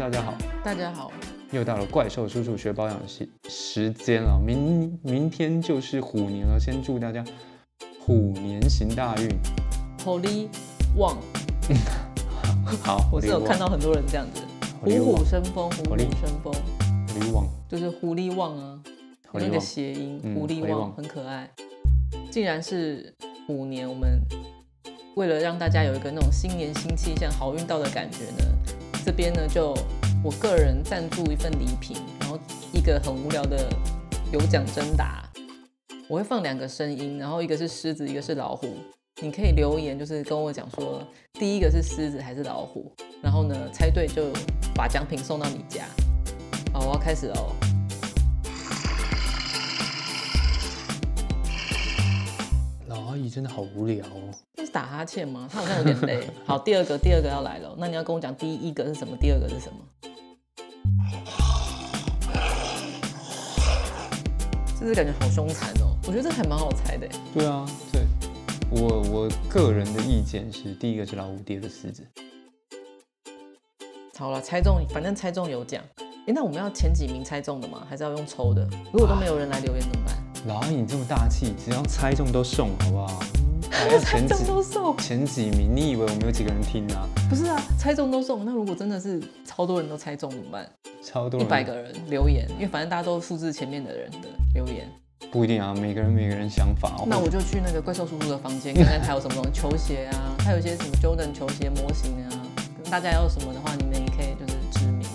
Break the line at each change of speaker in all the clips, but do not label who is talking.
大家好，
又到了怪兽叔叔学保养时时间了，明明天就是虎年了，先祝大家虎年行大 运。
狐狸旺，
好，
我是有看到很多人这样子，虎虎生风，虎虎生风，
狐狸旺，
就是狐狸旺啊，
狐
那
狸
个
旺，
谐音，
嗯
狐狸
狐狸
旺
旺
很可爱。既然是虎年，我们为了让大家有一个那种新年新气象、好运到的感觉呢，这边呢就我个人赞助一份礼品，然后一个很无聊的有奖征答，我会放两个声音，然后一个是狮子，一个是老虎。你可以留言，就是跟我讲说，第一个是狮子还是老虎，然后呢猜对就把奖品送到你家。好，我要开始了哦。
老阿姨真的好无聊哦。
这是打哈欠吗？他好像有点累。 好，第二个，第二个要来了。那你要跟我讲第一个是什么，第二个是什么？这是感觉好凶残哦。我觉得这还蛮好猜的耶。欸
对啊，对，我我个人的意见是，第一个是老虎，第二个狮子。
好了，猜中，反正猜中有奖。诶，那我们要前几名猜中的吗？还是要用抽的？如果都没有人来留言怎么办？
老阿姨你这么大气，只要猜中都送，好不好？还要前
猜
几
中都送，
前几名，你以为我们有几个人听啊？
不是啊，猜中都送。那如果真的是超多人都猜中怎么办？
超多
一
人，
百个人留言，因为反正大家都复制前面的人的留言。
不一定啊，每个人每个人想法哦。
那我就去那个怪兽叔叔的房间看看他有什么东西，球鞋啊，他有一些什么 Jordan 球鞋模型啊。大家要什么的话，你们也可以就是指明。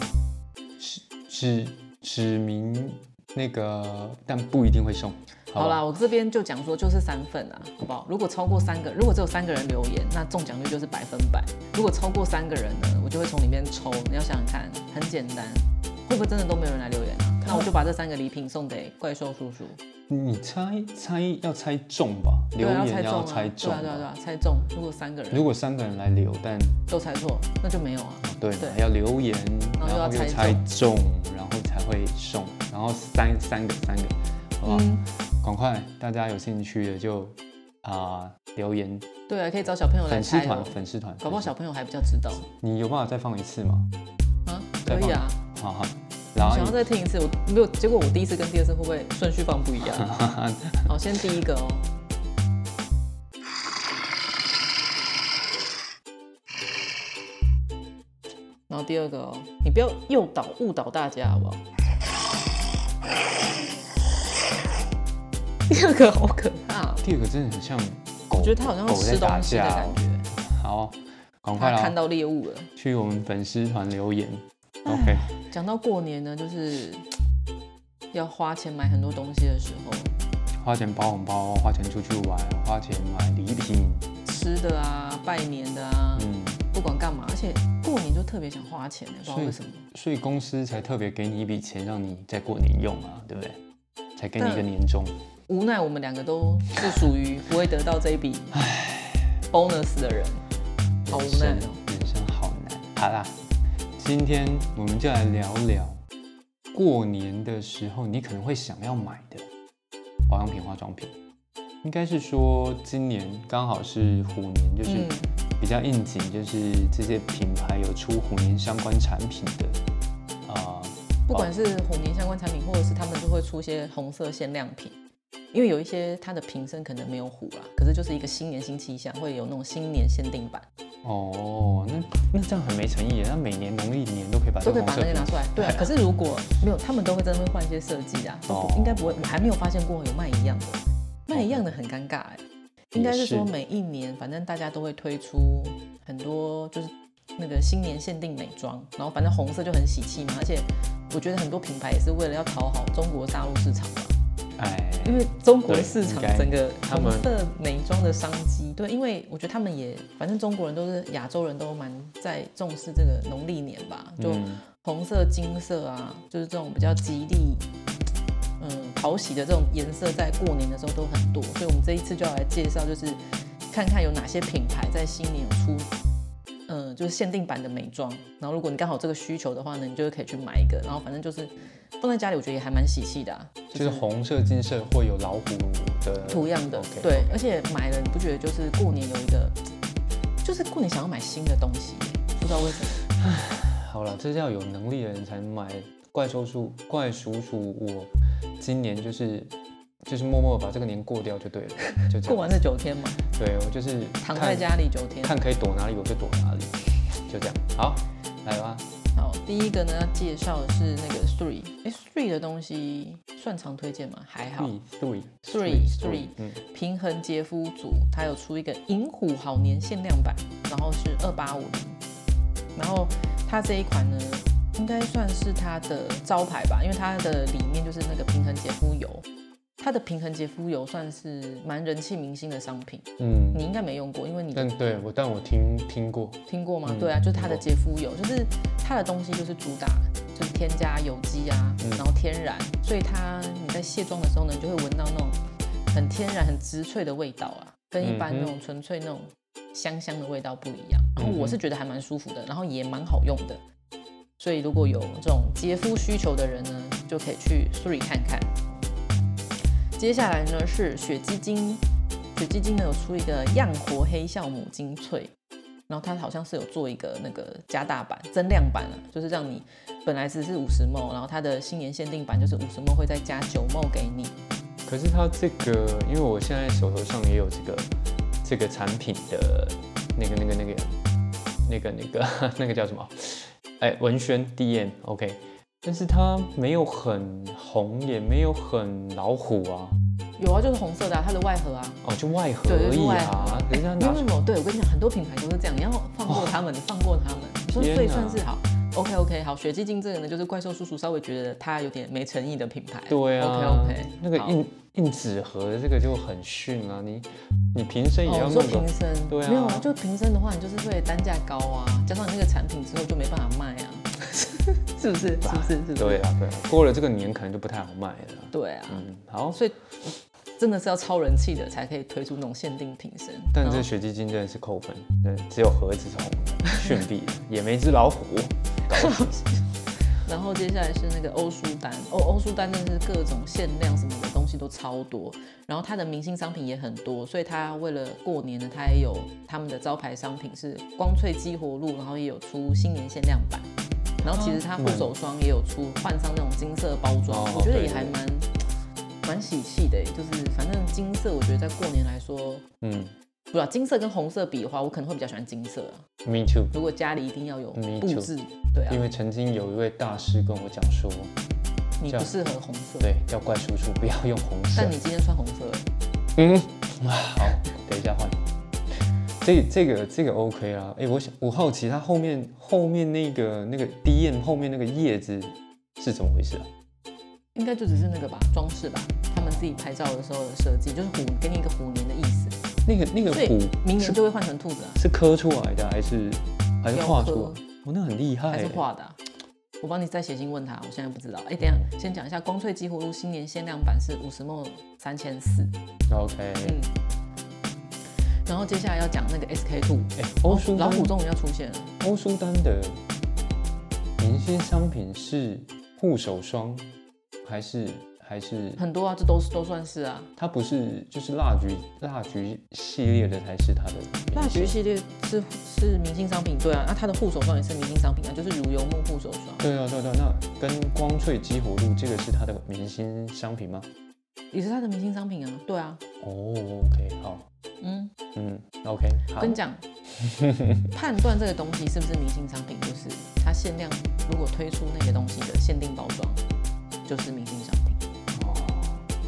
指指明那个，但不一定会送。
好
吧
啦，，我这边就讲说就是三份啊，好不好？如果超过三个，如果只有三个人留言，那中奖率就是百分百。如果超过三个人呢，我就会从里面抽。你要想想看，很简单，会不会真的都没有人来留言啊？那我就把这三个礼品送给怪兽叔叔。
你猜猜要猜中吧，
对
留
啊，
言要猜
猜中
中
啊，
吧。
对啊对啊对啊，猜中。如果三个人
如果三个人来留，但
都猜错，那就没有啊。
对嘛
对
要留言，然
然后
后
又要
又
猜
猜中，然后才会送，然后三三个三个，好吧，
嗯，
赶快大家有兴趣的就啊、留言，
对啊，可以找小朋友来
粉丝
猜哦
团粉丝团，
搞不
粉
好
丝
小朋友还比较知道
你有办法再放一次吗？
啊，
再
可以啊。
好好，然后
想要再听一次，我没有。结果我第一次跟第二次会不会顺序放不一 样？啊好，先第一个哦。然后第二个哦，你不要诱导误导大家好不 好？第二个好可怕哦，
第二个真的很像狗，
我觉得他好像在
狗在
吃
打
东西的
架
感
哦、
觉，
好，赶快
他看
啦，
到猎物了。哦
去我们粉丝团留言。OK，
讲到过年呢，就是要花钱买很多东西的时候，
花钱包红包，花钱出去玩，花钱买礼品，
吃的啊、拜年的啊，
嗯，
不管干嘛，而且过年就特别想花钱、欸不知道为什么。
所以公司才特别给你一笔钱让你在过年用啊，对不对？才给你一个
但
年终，
无奈我们两个都是属于不会得到这一笔 bonus 的人，好无
人生
奈哦。
人生好难。好啦，今天我们就来聊聊过年的时候你可能会想要买的保养品、化妆品。应该是说今年刚好是虎年，就是
嗯，
比较应景，就是这些品牌有出虎年相关产品的啊、
不管是虎年相关产品，或者是他们就会出一些红色限量品。因为有一些它的瓶身可能没有虎啦，可是就是一个新年新气象，会有那种新年限定版，
哦，那那这样很没诚意耶。那每年农历年都可以把这个
都可以
红
把
色
那个
瓶
拿出来。 对啊，可是如果没有，他们都会真的会换一些设计啊，都不
哦
应该不会，我还没有发现过有卖一样的，卖一样的很尴尬哎、应该是说每一年，反正大家都会推出很多就是那个新年限定美妆，然后反正红色就很喜气嘛，而且我觉得很多品牌也是为了要讨好中国大陆市场吧，
哎，
因为中国市
对
场
应该
整个
他
红
们
色美妆的商机，对，因为我觉得他们也，反正中国人都是亚洲人都蛮在重视这个农历年吧，就
嗯
红色、金色啊，就是这种比较吉利、嗯讨喜的这种颜色，在过年的时候都很多，所以我们这一次就要来介绍，就是看看有哪些品牌在新年有出，嗯、就是限定版的美妆。然后如果你刚好这个需求的话呢，你就可以去买一个，然后反正就是放在家里，我觉得也还蛮喜气的、啊，
就是红色、金色会有老虎的
图样的
OK，
对，而且买了你不觉得就是过年有一个，就是过年想要买新的东西耶，不知道为什么。
好了，这是要有能力的人才能买。怪叔叔，怪叔叔，我今年就是就是默默地把这个年过掉就对 了，就这样
过完。这九天嘛，
对我就是
躺在
看
家里九天。
看可以躲哪里我就躲哪里，就这样。好，来吧。
好，第一个呢要介绍的是那个 Three，哎，Three 的东西算常推荐吗？还好。
Three three
Three, three
嗯，
平衡洁肤组，它有出一个银虎好年限量版，然后是二八五零，然后它这一款呢，应该算是它的招牌吧，因为它的里面就是那个平衡洁肤油，它的平衡洁肤油算是蛮人气明星的商品，
嗯，
你应该没用过，因为你
但对我但我听听过，
听过吗？
嗯
对啊，就是它的
听过
洁肤油，就是它的东西就是主打就是添加有机啊，
嗯
然后天然，所以它你在卸妆的时候呢，你就会闻到那种很天然、很植萃的味道啊，跟一
嗯
般
哼
那种纯粹那种香香的味道不一样。然后我是觉得还蛮舒服的，然后也蛮好用的。所以如果有这种洁肤需求的人呢，就可以去 Three 看看。接下来呢是雪肌精，雪肌精呢有出一个漾活黑酵母精粹，然后它好像是有做一个那个加大版、增量版啊，就是让你本来只是五十 ml，然后它的新年限定版就是五十 ml 会再加九 ml 给你。
可是它这个，因为我现在手头上也有这个这个产品的那个那个那个那个那个 那个叫什么？哎，文轩 DM OK，但是它没有很红，也没有很老虎啊，
有啊，就是红色的、啊，它的外盒啊。
哦，就外盒
对，
而
就是
已
外
啊
盒。。
可是它
没
拿
有
出
没有，没有对我跟你讲，很多品牌都是这样，你要放过他们，你放过他们，所以
天
所以
哪
算是好。OK OK，好，雪肌精这个呢，就是怪兽叔叔稍微觉得它有点没诚意的品牌。
对啊
OK OK，
那个
硬
硬硬纸盒的这个就很逊啊，你你瓶身也
哦，
要
你说
弄个
瓶身，
对啊
没有啊，就瓶身的话，你就是会单价高啊，加上你那个产品之后就没办法卖啊，是不是？是不是？是不是？
对啊，对啊，过了这个年可能就不太好卖了啦。
对啊，
嗯，好，
所以真的是要超人气的才可以推出那种限定瓶身。
但
然后
这雪肌精真的是扣分，对，只有盒子是红的，逊毙的，也没只老虎，搞不清
然后接下来是那个欧舒丹，欧欧舒丹真的是各种限量什么的东西都超多，然后它的明星商品也很多，所以它为了过年呢，它也有他们的招牌商品是光萃激活露，然后也有出新年限量版，然后其实它护手霜也有出，换上那种金色包装，
哦
我觉得
对
也还
对
蛮蛮喜气的，就是反正金色我觉得在过年来说，
嗯
不知道金色跟红色比的话，我可能会比较喜欢金色啊，
，me too。
如果家里一定要有
Me
布
too
置，对啊
因，为曾经有一位大师跟我讲说，
你
这
不
样
适合红色。
对，叫怪叔叔不要用红色
但。你今天穿红色，
嗯，哇好，等一下换。这这个这个 OK 啊，哎，我想我好奇它后面后面那个那个低焰后面那个叶子是怎么回事啊？
应该就只是那个吧，装饰吧，他们自己拍照的时候的设计，就是虎给你一个虎年的意思，
那个那个
所以
虎
明
是
年就会换成兔子啊，
是刻出来的还是还是
雕
画
刻
出来？哦，那很厉害欸，
还是画的啊、我帮你再写信问他，我现在不知道。哎、等一下先讲一下光萃激活露新年限量版是五十梦三千四，
OK，
嗯，然后接下来要讲那个 SK two，
哎，欧舒
老
丹
虎终于要出现了，
欧舒丹的明星商品是护手霜，还是还是
很多啊，这都是都算是啊。
它不是就是蜡菊蜡菊系列的才是它的明
蜡菊
星
系列是是明星商品，对啊，那它的护手霜也是明星商品啊，就是乳油木护手霜。
对啊对啊对啊，那跟光萃激活露这个是它的明星商品吗？
也是它的明星商品啊，对啊，
哦，OK，好，
嗯，
嗯，OK，好
跟，你讲，判断这个东西是不是明星商品，就是它限量，如果推出那个东西的限定包装，就是明星商品，
哦，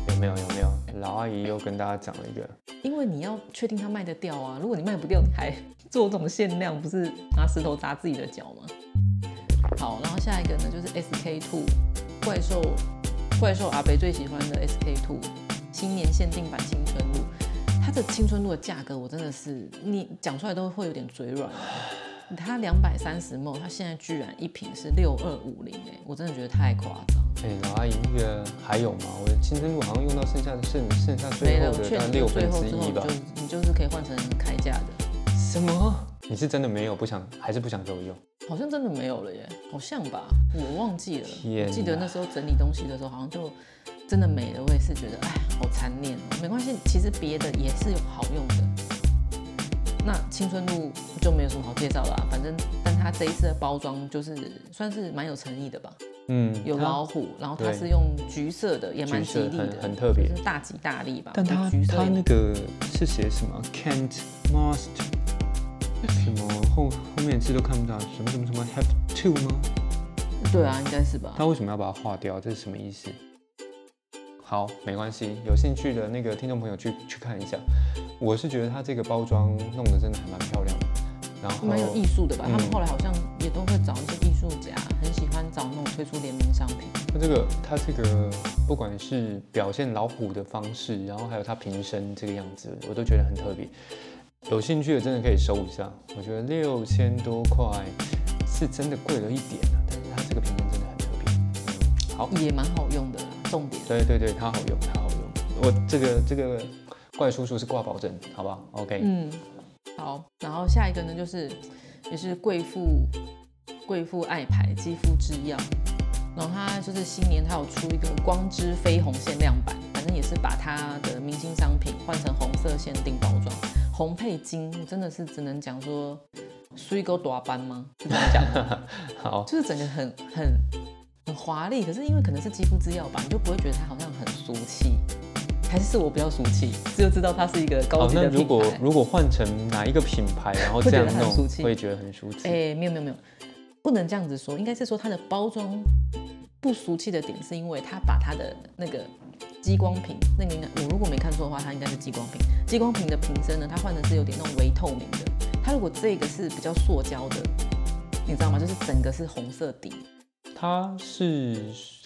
有没有有没有？老阿姨又跟大家讲了一个，
因为你要确定它卖得掉啊，如果你卖不掉，你还做这种限量，不是拿石头砸自己的脚吗？好，然后下一个呢就是 SK two 怪兽怪兽阿北最喜欢的 SK two 新年限定版青春露，它的青春露的价格我真的是你讲出来都会有点嘴软。它两百三十 ml，它现在居然一瓶是六二五零，哎，我真的觉得太夸张。
哎、老阿姨那个还有吗？我的青春露好像用到剩下的剩剩下
没
最
了，
后
我
的
劝
大概
你
六
就最
分
后
之
之后
一
你
吧
就。你就是可以换成开价的，
什么？你是真的没有不想，还是不想给我用？
好像真的没有了耶，好像吧，我忘记了。
天
我记得
哪
那时候整理东西的时候，好像就真的没了。我也是觉得，哎，好残念哦。没关系，其实别的也是有好用的。那青春路就没有什么好介绍啦、反正但它这一次的包装就是算是蛮有诚意的吧，
嗯，
有
它
老虎，然后它
对
是用橘色的，也蛮
橘
吉
色
利的，
很很特别
就是大吉大利吧。
但
我觉得
他
橘色
他
也
那个是写什么 can't must 什么后后面字都看不到，什么什么什么 have to 吗？
对啊，应该是吧。
他为什么要把它划掉？这是什么意思？好，没关系，有兴趣的那个听众朋友去去看一下。我是觉得它这个包装弄得真的还蛮漂亮的，然后
蛮有艺术的吧？
嗯
他们后来好像也都会找一些艺术家，很喜欢找那种推出联名商品。
它这个它这个不管是表现老虎的方式，然后还有它瓶身这个样子，我都觉得很特别。有兴趣的真的可以搜一下，我觉得六千多块是真的贵了一点啊，但是它这个瓶身真的很特别。嗯，好，
也蛮好用的啦，重点。
对对对，它好用，它好用。我这个这个怪叔叔是挂保证，好不好？OK，、
嗯，好，然后下一个呢，就是也是贵妇贵妇爱牌肌肤之钥，然后它就是新年它有出一个光之绯红限量版，反正也是把它的明星商品换成红色限定包装，红配金，我真的是只能讲说，水沟多斑吗？是这样讲吗。
好，
就是整个很很很华丽，可是因为可能是肌肤之钥吧，你就不会觉得它好像很俗气，还是是我比较俗气，就知道它是一个高
好，
级
那
的
如
品
果
牌。
如果换成哪一个品牌，然后
会
这
觉
样
得很
弄
俗，气
会觉得很舒服。
哎、没有没有没有，不能这样子说，应该是说它的包装不俗气的点，是因为它把它的那个激光瓶，那个应该我如果没看错的话，它应该是激光瓶。激光瓶的瓶身呢，它换成是有点那种微透明的，它如果这个是比较塑胶的，你知道吗？就是整个是红色底，
它是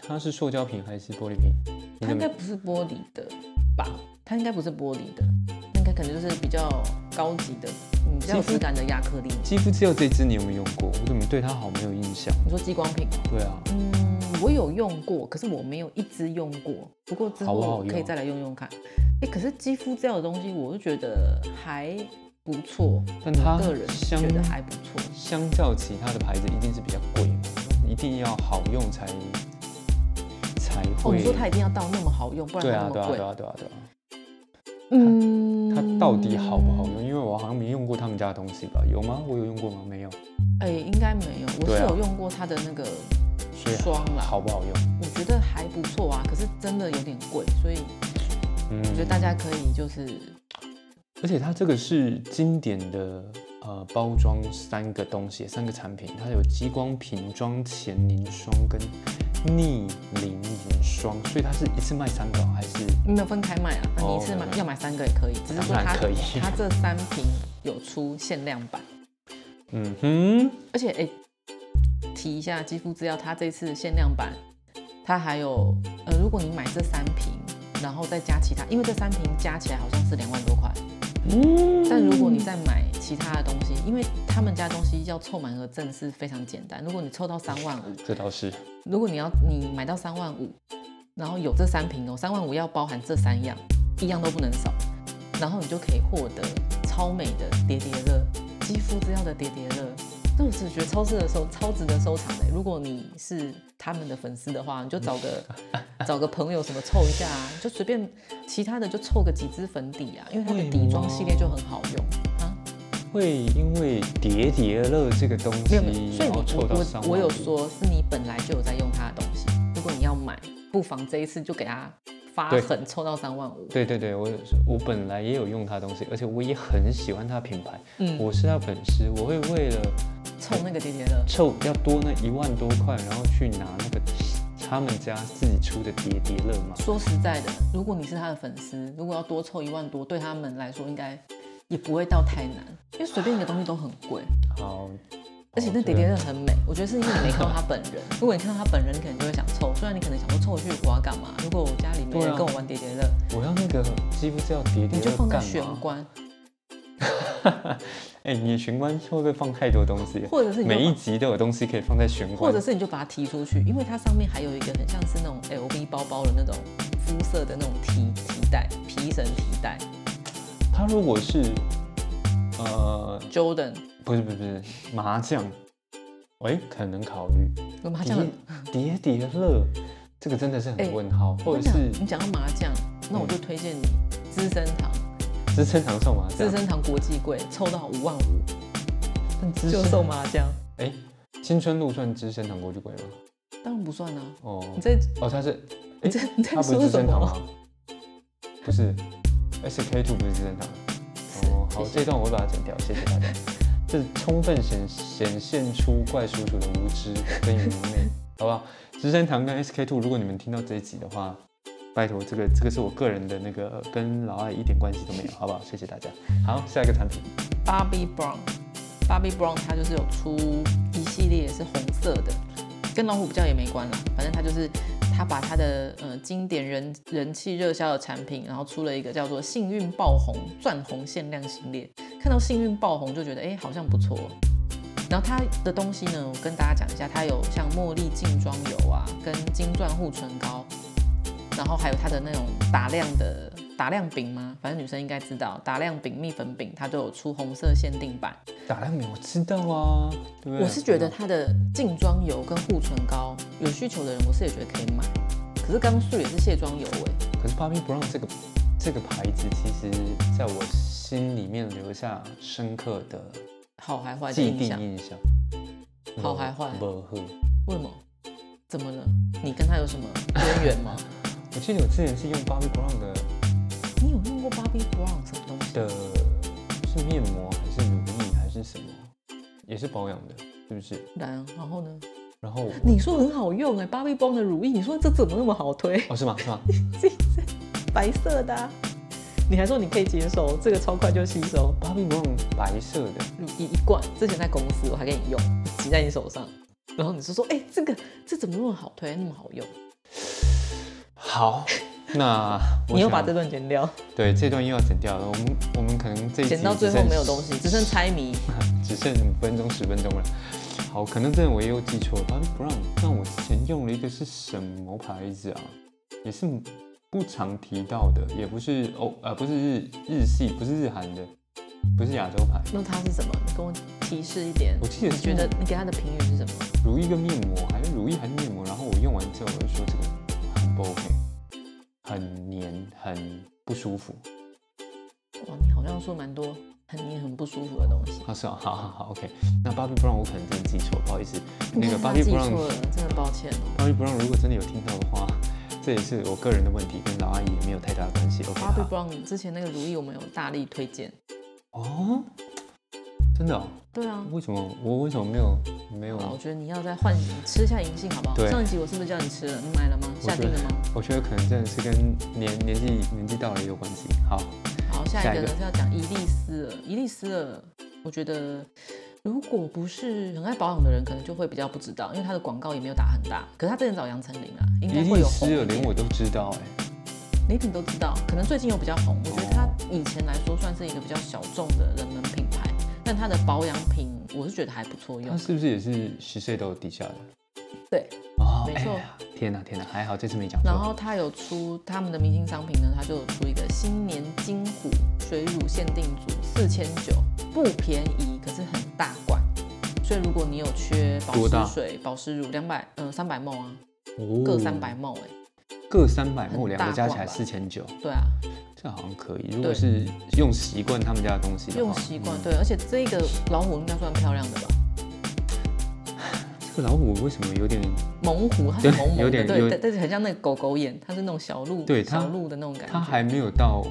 它是塑胶瓶还是玻璃瓶？你
它
怎
应
么
该不是玻璃的吧？它应该不是玻璃的，它应该可能就是比较高级的，嗯，比较有质感的亚克力。
肌肤之钥这支你有没有用过？我怎么对它好没有印象？
你说激光瓶？
对啊，
嗯，我有用过，可是我没有一直用过。不过之后
好不好
我
用
可以再来用用看。哎、可是肌肤这样的东西，我就觉得还不错，
但它
个人
相
觉得还不错。
相较其他的牌子一定是比较贵嘛，一定要好用才才
哦，
会。
你说它一定要到那么好用，不然
对
它那
啊对
么
啊
贵。
对啊对啊对啊，
嗯，
它到底好不好？用？因为我好像没用过他们家的东西吧？有吗？我有用过吗？没有，
哎、应该没有，我
对
是
啊
有用过它的那个
所以
霜啦。
好不好用？
我觉得还不错啊，可是真的有点贵，所以
嗯，
我觉得大家可以就是，
而且它这个是经典的呃包装三个东西，三个产品，它有激光瓶装前凝霜跟逆龄眼霜，所以它是一次卖三个哦还是
你没有分开卖啊，那你一次买、
哦没有
要买三个也可以，只是说
当然
它
可以
它这三瓶有出限量版，
嗯哼
而且哎、提一下肌肤之钥，它这次限量版，它还有呃，如果你买这三瓶，然后再加其他，因为这三瓶加起来好像是两万多块，
嗯，
但如果你再买其他的东西，因为他们家东西要凑满额赠是非常简单，如果你凑到三万五。
这倒是
如果你要你买到三万五，然后有这三瓶哦，三万五要包含这三样，一样都不能少，然后你就可以获得超美的叠叠乐，肌肤之钥的叠叠乐。这我是觉得超值的收，超值得收藏的。欸如果你是他们的粉丝的话，你就找个找个朋友什么凑一下、啊，就随便其他的就凑个几支粉底啊，因为它的底妆系列就很好用啊。
会因为叠叠乐这个东
没
西
有没有，，所
然
以你
后凑到三
我
万
我我有
五
说是你本来就有在用它的东西，如果你要买，不妨这一次就给它发
对
狠抽到三万五。
对对对，我有说我本来也有用它的东西，而且我也很喜欢它的品牌，
嗯，
我是它粉丝，我会为了。
凑那个叠叠乐，
凑要多那一万多块，然后去拿那个他们家自己出的叠叠乐嘛。
说实在的，如果你是他的粉丝，如果要多凑一万多，对他们来说应该也不会到太难，因为随便一个东西都很贵，
好，
而且那
哦
叠叠乐很美。我觉得是因为你没看到他本 人，如果你看到他本人，你可能就会想凑。虽然你可能想说凑回去我要干嘛？如果我家里没
对
人
啊
跟我玩叠叠乐，
这个我要那个肌肤之钥叠
你
叠
就
乐
放在
干
玄
嘛？
关，
哎、你的玄关会不会放太多东西？啊
或者是你就
每一
把
集都有东西可以放在玄
或
关
者。是你就把它踢出去，因为它上面还有一个很像是那种 LV 包包的那种肤色的那种提提带，皮绳提带
它如果是呃，
，Jordan，
不是不是不是麻将，哎、可能考虑
有麻将。
叠叠叠乐，这个真的是
哎
很问号，
我
或
跟你
者嗯
讲
是，
你讲到麻将，那我就推荐你资生堂
资生堂送麻
资
将，
生堂国际柜凑到五万五
但资
就
生
送麻将，
哎，青春路算资生堂国际柜吗？
当然不算啊！
哦
你在
哦，它是
你在你在
它不是
说
资
什
生堂
么？
吗？不是，SK two 不是资生堂。哦，好，
谢
这
谢
段我会把它剪掉，谢谢大 家。这充分显显现出怪叔叔的无知跟愚昧， 好不好？资生堂跟 SK two，如果你们听到这一集的话，拜托，这个这个是我个人的那个，跟老爱一点关系都没有，好不好？谢谢大家。好，下一个产品，
Bobbi Brown，Bobbi Brown 它就是有出一系列是红色的，跟老虎不叫也没关啦，反正它就是它把它的呃经典人人气热销的产品，然后出了一个叫做幸运爆红钻红限量系列。看到幸运爆红就觉得哎、诶好像不错。然后它的东西呢，我跟大家讲一下，它有像茉莉净妆油啊，跟金钻护唇膏，然后还有它的那种打亮的打亮饼吗？反正女生应该知道，打亮饼、蜜粉饼，它都有出红色限定版。
打亮美我知道啊，对不对？
我是觉得它的净妆油跟护唇膏，有需求的人我是也觉得可以买。可是刚素也是卸妆油哎、
可是 Bobbi Brown 这个这个牌子，其实在我心里面留下深刻的
好还坏的
既
印
定
象，
印象。
好还坏
不喝。
为什么？怎么了？你跟他有什么渊源 吗？
我记得我之前是用 Bobbi Brown 的
你有用过 Bobbi Brown 什么东西？
的是面膜还是乳液还是什么，也是保养的，是不是？
然然后呢？
然后我
你说很好用哎、b b b o b b i Brown 的乳液，你说这怎么那么好推？
哦是吗是吗？
白色的、啊，你还说你可以接受，这个超快就吸收。
Bobbi Brown 白色的，
乳液一罐，之前在公司我还给你用，挤在你手上，然后你就说，哎、这个这怎么那么好推，那么好用？
好，那我
你又
想
把这段剪掉，
对这段又要剪掉了，我们我们可能这一集
剪到最
只
后
剩
没有东西，只剩猜谜。
只剩五分钟、十分钟了。好，可能真的我又记错了。b 不让，那我之前用了一个是什么牌子啊？也是不常提到的，也不是欧呃，不是日日系，不是日韩的，不是亚洲牌。
那它是什么？你跟我提示一点。
我记得
你
是
觉得你给它的评语是什么？
如意跟面膜，还是如意还是面膜。然后我用完之后，我就说这个很不 OK，很黏，很不舒服。
哇，你好像说蛮多很黏、很不舒服的东西。
啊是啊，好好好，OK。那 Bobbi Brown 我可能真的记错，不好意思。那个
你看
Bobbi
他记
Brown
错了，真的抱歉哦。
巴比布朗如果真的有听到的话，这也是我个人的问题，跟老阿姨也没有太大的关系。OK，
Bobbi
好。
Brown 之前那个如意，我们有大力推荐。
哦，真的、哦？
对啊，
为什么我为什么没有没有
好？我觉得你要再换吃下银杏好不好？
对
上一集我是不是叫你吃了？你买了吗？
我
下
觉
定
得
了吗？
我觉得可能真的是跟年年纪年纪到了也有关系。好，
好，下一个呢
下一
是要讲伊丽丝尔。伊丽丝尔，我觉得如果不是很爱保养的人，可能就会比较不知道，因为它的广告也没有打很大。可是它之前找杨丞琳啊，应该
伊
会
丽
有
丝
红
尔
一
连
点。
我都知道哎、
你品都知道，可能最近有比较红。我觉得它以前来说算是一个比较小众的人们品牌，但它的保养品我是觉得还不错
她
用。
是不是也是十岁都有底下的？
对，
哦，
没错
哎呀天哪、天哪、还好这次没讲
然
错。
后它有出他们的明星商品呢，它就有出一个新年金虎水乳限定组四千九，不便宜，可是很大罐。所以如果你有缺保
多大
湿水、保湿乳，两百呃三百 ml 啊，
哦
各三百，ml 哎、
各三百目，
很
两
大
个加起来
罐吧
四千九，
对啊，
这好像可以。如果
对
是用习惯他们家的东西的话，
用习惯
嗯
对，而且这个老虎应该算漂亮的吧？
这个老虎为什么有点
猛虎它是
对
萌萌
有
的，
点有
对，但但是很像那个狗狗眼，它是那种小鹿，
对它
小鹿的那种感
它
觉，
还没有到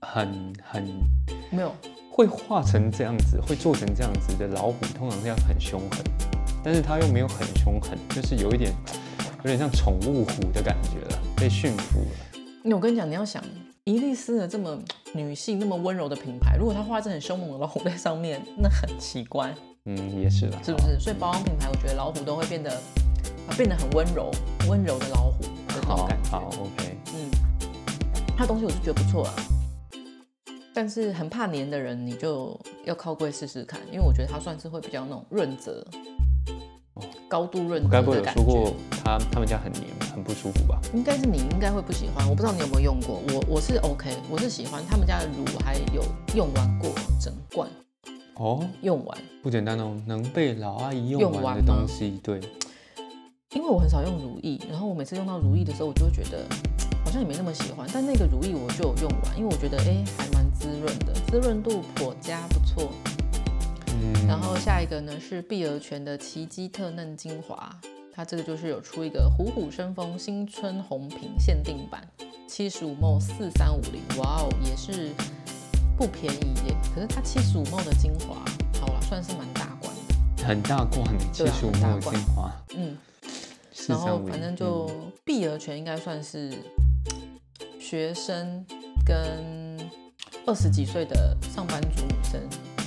很很
没有
会画成这样子，会做成这样子的老虎，通常是要很凶狠，但是它又没有很凶狠，就是有一点有点像宠物虎的感觉了，被驯服了。
那我跟你讲，你要想伊丽丝的这么女性、那么温柔的品牌，如果她画这很凶猛的老虎在上面，那很奇怪，
嗯，也是啦，
是不是？所以保养品牌，我觉得老虎都会变得啊，变得很温柔，温柔的老虎的那
好？
种
好
感觉
好。，OK。
嗯，它东西我是觉得不错啊，但是很怕黏的人，你就要靠柜试试看，因为我觉得它算是会比较那种润泽
哦，
高度润
我该
泽
不会
的
有
感
说
觉
过。他他们家很黏，很不舒服吧？
应该是你应该会不喜欢，我不知道你有没有用过，我我是 OK，我是喜欢他们家的乳，我还有用完过整罐，
哦，
用完，
不简单哦，能被老阿姨用
用
完
完
的
吗
东西，对，
因为我很少用乳液，然后我每次用到乳液的时候，我就会觉得好像也没那么喜欢，但那个乳液我就有用完，因为我觉得哎还蛮滋润的，滋润度颇佳，不错。
嗯，
然后下一个呢是碧螺泉的奇迹特嫩精华，它这个就是有出一个虎虎生风新春红瓶限定版，七十五 ml 四三五零，哇哦，也是不便宜耶。可是它七十五 ml 的精华，好啦，算是蛮大罐的。
很大罐，七
对啊
十五
很大
毫精
罐
华，
嗯，
四
然后
三五
反
零
正
嗯
就碧螺泉应该算是学生跟二十几岁的上班族女生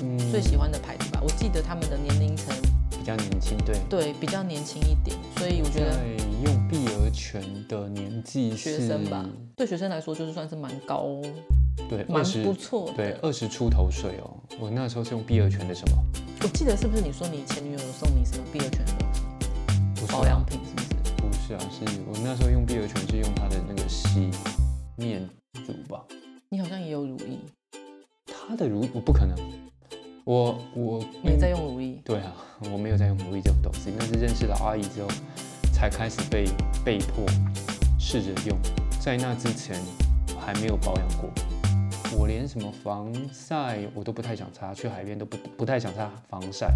嗯
最喜欢的牌子吧。我记得他们的年龄层
比较年轻，对。
对比较年轻一点，所以我觉得
在用碧螺泉的年纪
学
是
生吧，对学生来说就是算是蛮高、
对，
蛮
二十
不错的。
对，二十出头岁哦。我那时候是用碧螺泉的什么？
我记得是不是你说你前女友有送你什么碧螺泉的东西
不是啊
保养品，是不是？
不是啊，是我那时候用碧螺泉是用它的那个洗面乳吧？
你好像也有乳液，
它的乳我不可能，我我
没在用乳液。
对啊，我没有在用乳液这种东西，那是认识了阿姨之后才开始被被迫试着用，在那之前还没有保养过。我连什么防晒我都不太想擦，去海边都不不太想擦防晒，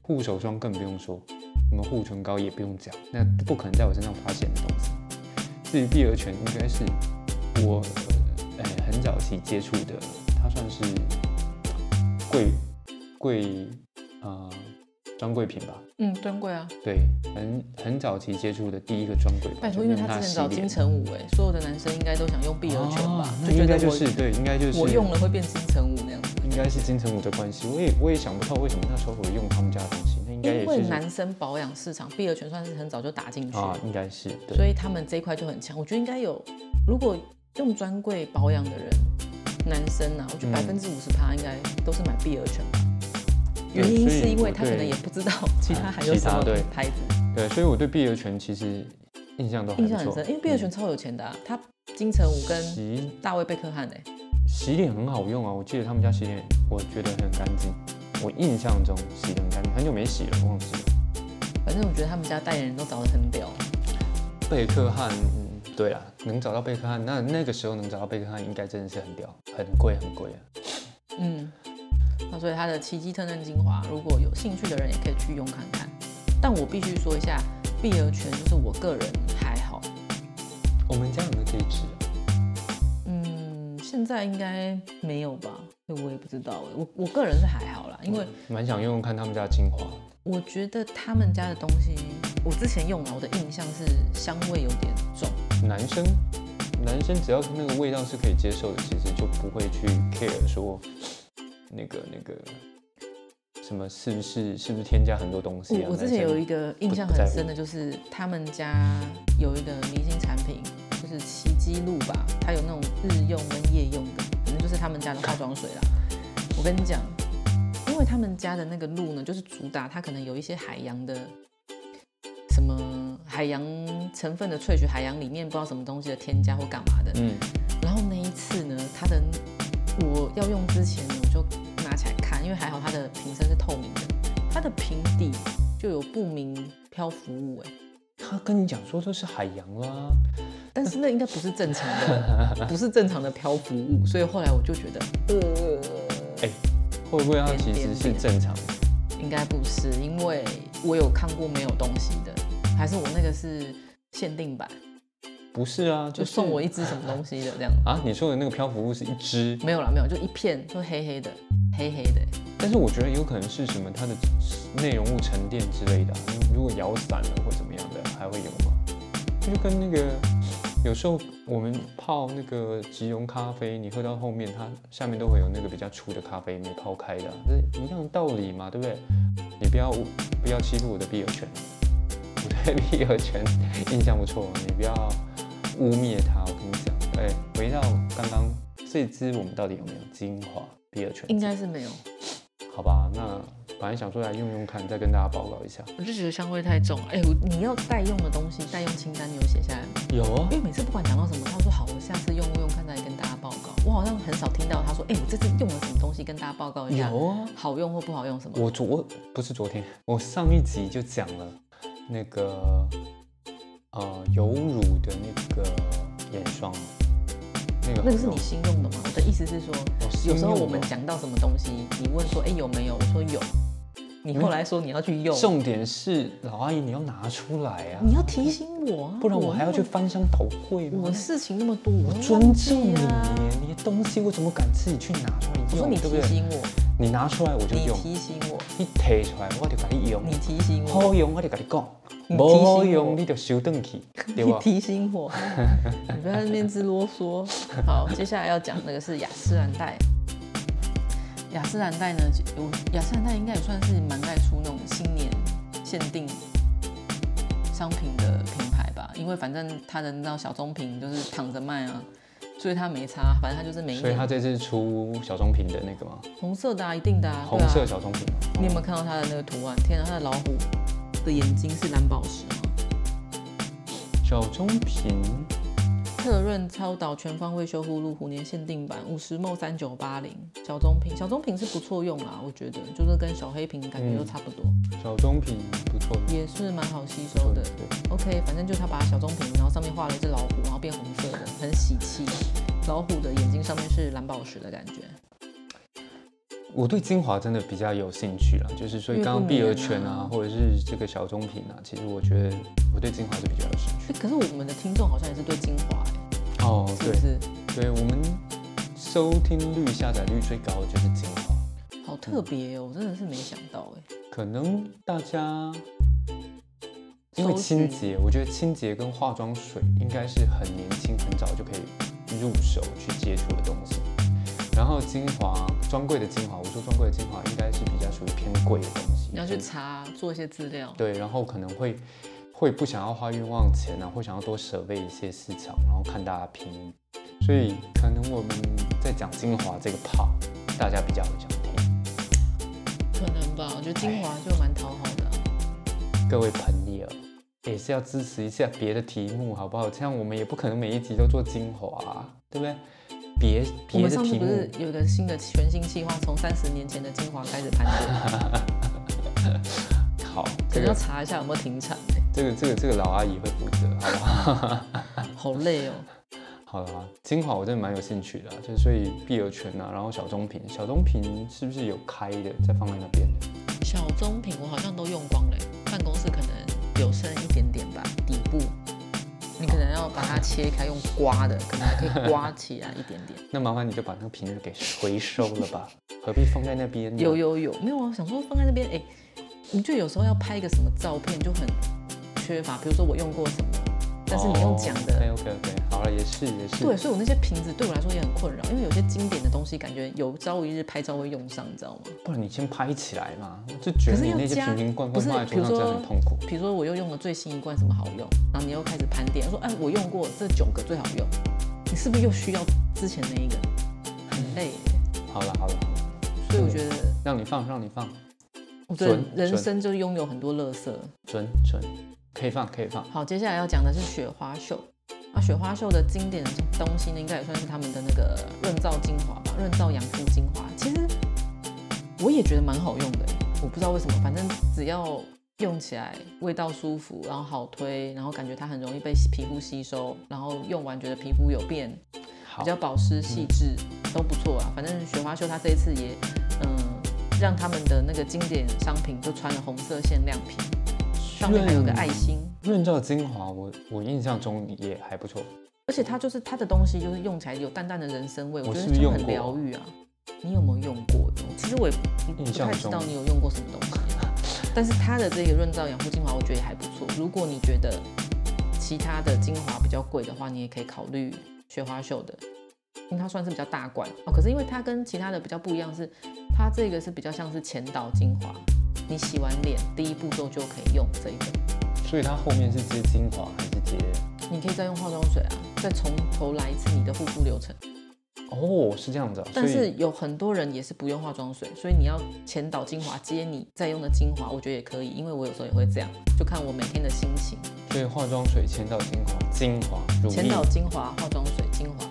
护手霜更不用说，什么护唇膏也不用讲，那不可能在我身上发现的东西。至于碧螺泉，应该是我呃很早期接触的，它算是贵贵啊、呃专柜品吧，
嗯，专柜啊，
对，很很早期接触的第一个专柜吧，
拜
就
托，因为
用它
他之前
洗
找
脸
金城武，哎，所有的男生应该都想用碧螺泉吧
哦，那
就觉
应该
得
就
我
是对，应该就是
我用了会变金城武那样子。
应该是金城武的关系，我也我也想不透为什么那时候我用他们家的东西，那应该也
因为
是
男生保养市场，碧螺泉算是很早就打进去，
啊，应该是对，
所以他们这一块就很强。我觉得应该有，如果用专柜保养的人，男生啊，我觉得
嗯
百分之五十趴应该都是买碧螺泉吧。
对
原因
所以
是因
我
为他可能
对
也不知道其他还有
其
什
他
么
对
牌子，
对，所以我对碧螺泉其实印象都还
印
不
象很
错嗯
深。，因为碧螺泉超有钱的、啊，他金城武跟
洗
大卫贝克汉哎、
洗脸很好用啊，我记得他们家洗脸，我觉得很干净。我印象中洗的很干净，很久没洗了，忘记了。
反正我觉得他们家代言人都找得很屌。
贝克汉，嗯对啦，能找到贝克汉，那那个时候能找到贝克汉，应该真的是很屌，很贵很贵啊。
嗯，那所以它的奇迹特嫩精华，如果有兴趣的人也可以去用看看。但我必须说一下，碧螺泉就是我个人还好，
我们家有没有这一支、啊？
嗯，现在应该没有吧？我也不知道，我我个人是还好啦，因为
蛮想用用看他们家的精华，
我觉得他们家的东西，我之前用了，我的印象是香味有点重，
男生男生只要那个味道是可以接受的，其实就不会去 care 说那个那个什么是不是是不是添加很多东西啊？
嗯我我之
男
前
生
有一个印象很深的，就是他们家有一个明星产品，就是奇迹露吧，它有那种日用跟夜用的，反正就是他们家的化妆水啦。我跟你讲，因为他们家的那个露呢，就是主打它可能有一些海洋的什么海洋成分的萃取，海洋里面不知道什么东西的添加或干嘛的。
嗯，
然后那一次呢，它的我要用之前呢，我就拿起来看，因为还好它的瓶身是透明的，它的瓶底就有不明漂浮物哎、
他跟你讲说这是海洋啊啦，
但是那应该不是正常的，不是正常的漂浮物，所以后来我就觉得，呃，
哎、会不会它其实是正常的？
应该不是，因为我有看过没有东西的，还是我那个是限定版，
不是啊，
就是送我一只什么东西的这样，
啊！你说的那个漂浮物是一只，
没有啦，没有，就一片，就黑黑的，黑黑的、
但是我觉得有可能是什么它的内容物沉淀之类的啊、如果摇散了或怎么样的，还会有吗？这就跟那个有时候我们泡那个即溶咖啡，你喝到后面它下面都会有那个比较粗的咖啡没泡开的啊、这一样的道理嘛，对不对？你不要不要欺负我的碧螺泉，我对碧螺泉印象不错，你不要污蔑它。我跟你讲，哎，回到刚刚这支我们到底有没有精华碧螺泉？
应该是没有。
好吧，那本来想说来用用看，再跟大家报告一下。
我就觉得香味太重了。哎、我你要代用的东西，代用清单你有写下来吗？
有啊
因，为每次不管讲到什么，他都说好，我下次用用看再跟大家报告。我好像很少听到他说，哎、我这次用了什么东西，跟大家报告一下，
有啊。
好用或不好用什么。
我昨不是昨天，我上一集就讲了那个呃有乳的那个眼霜，那个
那个是你新用的吗？我的意思是说，
我新
有时候
用
我
的
们讲到什么东西，你问说，哎、有没有？我说有，你
嗯
后来说你要去用，
重点是老阿姨你要拿出来啊，
你要提醒我啊，
不然我还要去
那么。
翻箱倒柜吗
我？事情那么多，我会
尊
忘
重
记
你
啊。，
你的东西我怎么敢自己去拿出来用？
我说你
对
提
不对
醒我，
你拿出来我就
你
用，
提醒我，
你提出来我就给你用，
你提醒我，
好用我就跟你讲，
你提
无
醒
好
我
用你就收顿去， 对
你
吧？
提 醒我，你不要在那边直啰嗦。好，接下来要讲那个是雅诗兰黛。雅诗兰黛呢，我雅诗兰黛应该也算是蛮带出那种新年限定商品的品牌吧，因为反正它的那种小棕瓶就是躺着卖啊，所以它没差，反正它就是每一
所以他
年
这次出小棕瓶的那个吗？
红色的啊，一定的啊，
红
对啊。
色小棕瓶吗，哦
你有没有看到它的那个图案？天啊，它的老虎的眼睛是蓝宝石吗？
小棕瓶
特润超导全方位修护露虎年限定版五十 ml 三九八零小棕瓶，小棕瓶是不错用啦，我觉得就是跟小黑瓶感觉
嗯
都差不多，
小棕瓶不错的，
也是蛮好吸收的
对。对。
OK，反正就他把小棕瓶，然后上面画了一只老虎，然后变红色的，很喜气。老虎的眼睛上面是蓝宝石的感觉。
我对精华真的比较有兴趣啦，就是所以
因为
刚刚
不
碧
粘
螺泉啊
啊，
或者是这个小棕瓶啊，其实我觉得我对精华是比较有兴趣。
诶可是我们的听众好像也是对精华、欸，
哦，
是不是？
对，我们收听率、下载率最高的就是精华，
好特别哦，我真的是没想到哎、
可能大家因为
搜
清
寻
洁，我觉得清洁跟化妆水应该是很年轻、很早就可以入手去接触的东西。然后精华，专柜的精华，我说专柜的精华应该是比较属于偏贵的东西，
你要
就
去查做一些资料。
对，然后可能会会不想要花冤枉钱啊，会想要多设备一些市场，然后看大家评议。所以可能我们在讲精华这个 part，大家比较会想听。
可能吧，我觉得
哎
精华就蛮讨好的啊、
各位朋友也是要支持一下别的题目，好不好？这样我们也不可能每一集都做精华啊、对不对？别
我
别
们
的
上次
题
不
目
是有个新的全新计划，从三十年前的精华开始盘点，
好，
可
这
能要
个
查一下有没有停产、欸
这个这个这个老阿姨会负责，好不好？
好累哦。
好啦，精华我真的蛮有兴趣的、啊，就是所以碧螺泉啊，然后小棕瓶，小棕瓶是不是有开的，再放在那边的？
小棕瓶我好像都用光了欸，办公室可能有剩一点点吧，底部你可能要把它切开，用刮的，可能还可以刮起来一点 点。
那麻烦你就把那个瓶子给回收了 吧，何必放在那边呢？
有有有，没有啊？想说放在那边，哎、你就有时候要拍一个什么照片就很缺乏，比如说我用过什么，但是你用
哦
讲的。
对 OK OK，好了，也是也是。
对，所以我那些瓶子对我来说也很困扰，因为有些经典的东西，感觉有朝一日拍照会用上，你知道吗？
不然你先拍起来嘛，我就觉
可
得
是
你
要
那些
加
瓶瓶罐
不
罐放在
是
桌
比如
上真的
说
很痛苦。
比如说我又用了最新一罐什么好用，然后你又开始盘点，说哎我用过这九个最好用，你是不是又需要之前那一个？很累耶，
好了好了，好了
所以我觉得，
让你放让你放，
我觉得
准
人
准
生就拥有很多乐色。
准准，可以放可以放。
好，接下来要讲的是雪花秀。那雪花秀的经典的东西呢，应该也算是他们的那个润燥精华吧，润燥养肤精华。其实我也觉得蛮好用的欸，我不知道为什么，反正只要用起来味道舒服，然后好推，然后感觉它很容易被皮肤吸收，然后用完觉得皮肤有变
好
比，较保湿细致，都不错啊。反正雪花秀它这一次也嗯。让他们的那个经典商品都穿了红色限量品，上面还有个爱心。
润燥精华，我我印象中也还不错。
而且它就是它的东西，就是用起来有淡淡的人参味，
我
我觉
是
得
不是
就
用
很
过
疗愈啊。你有没有用过？其实我也不
印
不
象
太知
中
道你有用过什么东西，但是它的这个润燥养肤精华，我觉得也还不错。如果你觉得其他的精华比较贵的话，你也可以考虑雪花秀的，因为它算是比较大罐哦。可是因为它跟其他的比较不一样是，它这个是比较像是前导精华，你洗完脸第一步骤就可以用这个。
所以它后面是接精华还是接？
你可以再用化妆水啊，再从头来一次你的护肤流程。
哦，是这样子啊。
但
所
是
以
有很多人也是不用化妆水，所以你要前导精华接你再用的精华，我觉得也可以，因为我有时候也会这样，就看我每天的心情。
所以化妆水、前导精华、精华、乳
前
液
导精华、化妆水、精华，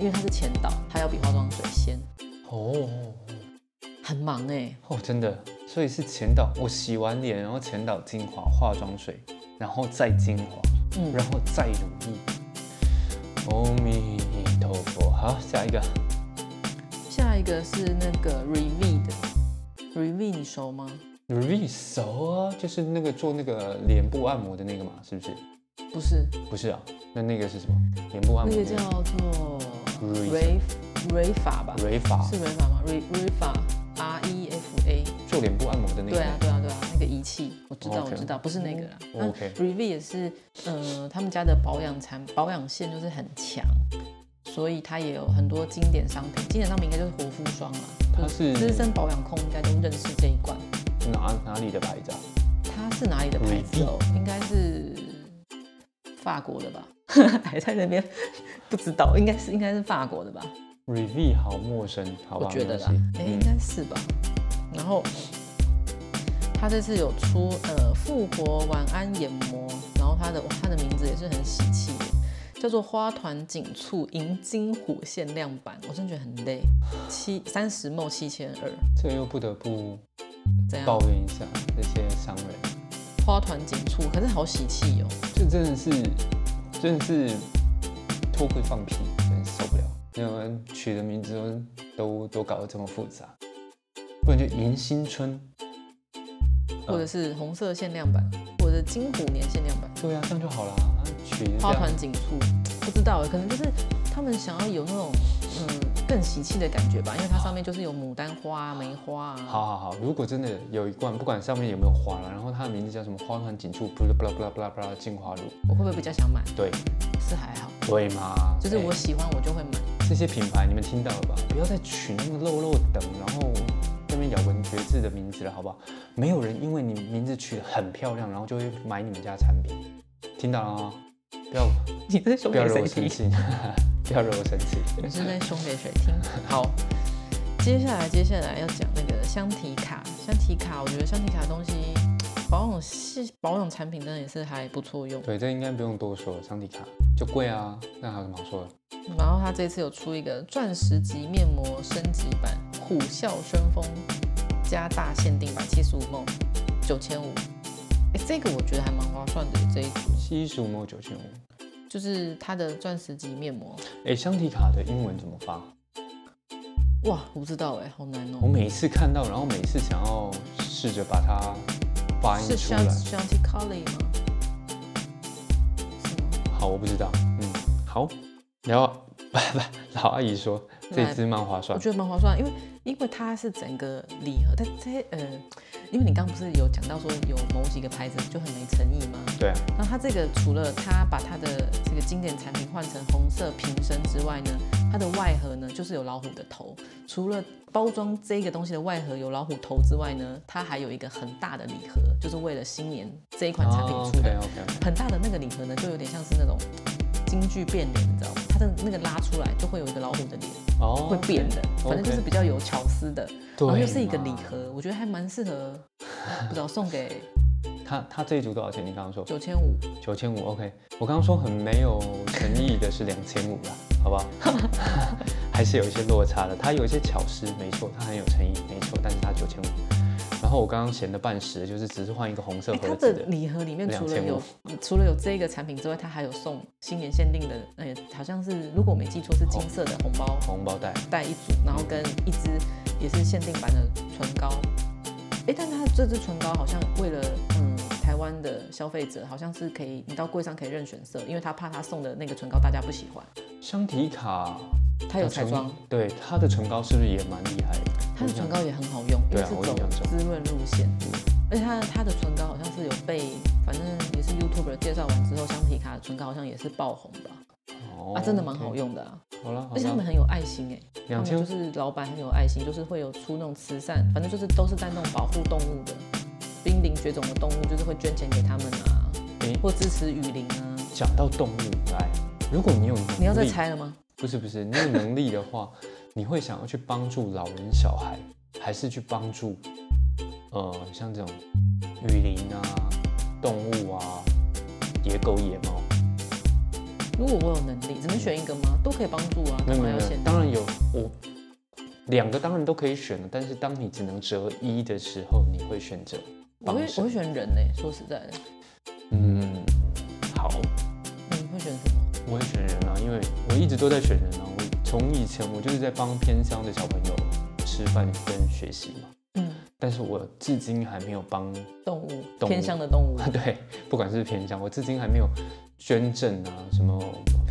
因为它是前导，它要比化妆水先。
哦
很忙哎、
哦，真的，所以是前导，我洗完脸，然后前导精华、化妆水，然后再精华，
嗯
然后再乳液。阿弥陀佛。好，下一个
下一个是那个 Revi 的，Revi 你熟吗？
，Revi 熟啊，就是那个做那个脸部按摩的那个嘛，是不是？
不是，
不是啊，那那个是什么？脸部按
那
摩
个
那
叫做
Reef
Ray Ray 法吧？
个 Refa，
是 Ray 法吗？Ray Ray 法 R E F A。
做脸部按摩的那个。
对啊，对啊，对啊，那个仪器我知道
OK
我知道，不是那个啦。
嗯 OK
Revi 也是，呃，他们家的保养产保养线就是很强，所以它也有很多经典商品，经典商品应该就是活肤霜啦。
它
就是资深保养控应该都认识这一罐。
哪哪里的牌子啊？
它是哪里的牌子
嗯
哦？应该是法国的吧？ 还在那边 不知道，应该是应该是法国的吧？
Revi 好陌生，好吧？
我觉得
没
啦
关系，
哎、应
嗯，
该是吧。然后他这次有出呃复活晚安眼膜，然后它的哇它的名字也是很喜气的，叫做花团锦簇银金火限量版，我真的觉得很累，七三十梦七千二，
这又不得不
怎样
抱？怨一下这些商人，
花团锦簇，可是好喜气哦。
这真的是，真的是脱裤放屁，真是受不了。那我们取的名字都都都搞得这么复杂，不然就迎新春。
或者
嗯
是红色限量版，或者是金虎年限量版，
对啊，这样就好了。啊取的这
花
样
团锦簇，不知道欸，可能就是他们想要有那种嗯更喜气的感觉吧，因为它上面就是有牡丹花、啊、梅花啊。
好好好，如果真的有一罐，不管上面有没有花了，然后它的名字叫什么“花团锦簇”，不啦不啦不啦不啦不啦进化露，
我会不会比较想买？
对
是还好，
对嘛？
就是
哎
我喜欢我就会买。
这些品牌你们听到了吧？不要再取那么漏漏等，然后那边咬文嚼字的名字了，好不好？没有人因为你名字取得很漂亮，然后就会买你们家产品，听到了吗？不要
你这是凶
不要
给
惹我
谁
生
听？
气， 不要惹我生气。
你是在凶给谁 听？好，接下来接下来要讲那个香缇卡，香缇卡，我觉得香缇卡的东西保养系保养产品真的也是还不错用。
对，这应该不用多说，桑迪卡就贵啊，那还有什么好说的？
然后他这次有出一个钻石级面膜升级版虎啸生风加大限定版七十五梦九千五，哎，这个我觉得还蛮划算的这一组，
西蜀墨九千五，
就是它的钻石级面膜，
哎，香缇卡的英文怎么发？
哇，我不知道哎、好难
我
哦。
每次看到，然后每次想要试着把它发音
是
出
s h a
来
n。s h a n t i c o l i 吗？是吗？
好，我不知道。嗯，好。然后不不，老阿姨说这支蛮划
我
算。
觉得蛮划算，因为因为它是整个礼盒，但这呃，因为你刚刚不是有讲到说有某几个牌子就很没诚意吗？
对啊，
那它这个除了它把它的这个经典产品换成红色瓶身之外呢，它的外盒呢就是有老虎的头。除了包装这个东西的外盒有老虎头之外呢，它还有一个很大的礼盒，就是为了新年这一款产品出的。
OK OK。
很大的那个礼盒呢，就有点像是那种京剧变脸，你知道吗？它的那个拉出来就会有一个老虎的脸，
哦，
会变的，反正就是比较有巧思的，然
对啊
后又是一个
嘛
礼。盒，我觉得还蛮适合，不知道送给
它它这一组多少钱？你刚刚说
九千五。
九千五，OK。我刚刚说很没有诚意的是两千五啦，好不 好？还是有一些落差的。它有一些巧思，没错，它很有诚意，没错，但是它九千五。然后我刚刚闲的半死，就是只是换一个红色
哎，它
盒子
的
的，
礼盒里面除了
2500
有嗯除了有这个产品之外，它还有送新年限定的，哎，好像是如果我没记错是金色的红包
红包袋。
袋一组，然后跟一支也是限定版的唇膏。哎，但它这支唇膏好像为了嗯台湾的消费者，好像是可以你到柜上可以任选色，因为他怕他送的那个唇膏大家不喜欢。
香缇卡，
它有彩妆，，
对它的唇膏是不是也蛮厉害的？
它的
我想
唇膏也很好用，因
对
为
啊
是
我
走
印象中
滋润路线，
嗯
而且它的它的唇膏好像是有被，反正也是 YouTuber 介绍完之后，香缇卡的唇膏好像也是爆红吧，
哦
啊，真的蛮好。用的啊，
OK，好了，好
而且他们
了，
很有爱心哎，他
两
们
千
就是老板很有爱心，就是会有出那种慈善，反正就是都是在那种保护动物的，濒临绝种的动物，就是会捐钱给他们啊，
诶
或支持雨林啊，
讲到动物来，如果你有能力，
你要再猜了吗？
不是不是，你有能力的话，你会想要去帮助老人、小孩，还是去帮助呃像这种雨林啊、动物啊、野狗、野猫？
如果我有能力，只能选一个吗？都可以帮助啊，
没
干
有没有
嘛要
没有
限，定？
当然有我。两个当然都可以选的，但是当你只能择一的时候，你会选择
我
帮
会我
谁
会欸选人哎，说实在的，
嗯，好，
你会选什么？
我会选人啊，因为我一直都在选人啊。我从以前我就是在帮偏乡的小朋友吃饭跟学习嘛，
嗯，
但是我至今还没有帮，
动物
动物
偏向的动物，
对，不管是偏乡，我至今还没有捐赠啊，什么，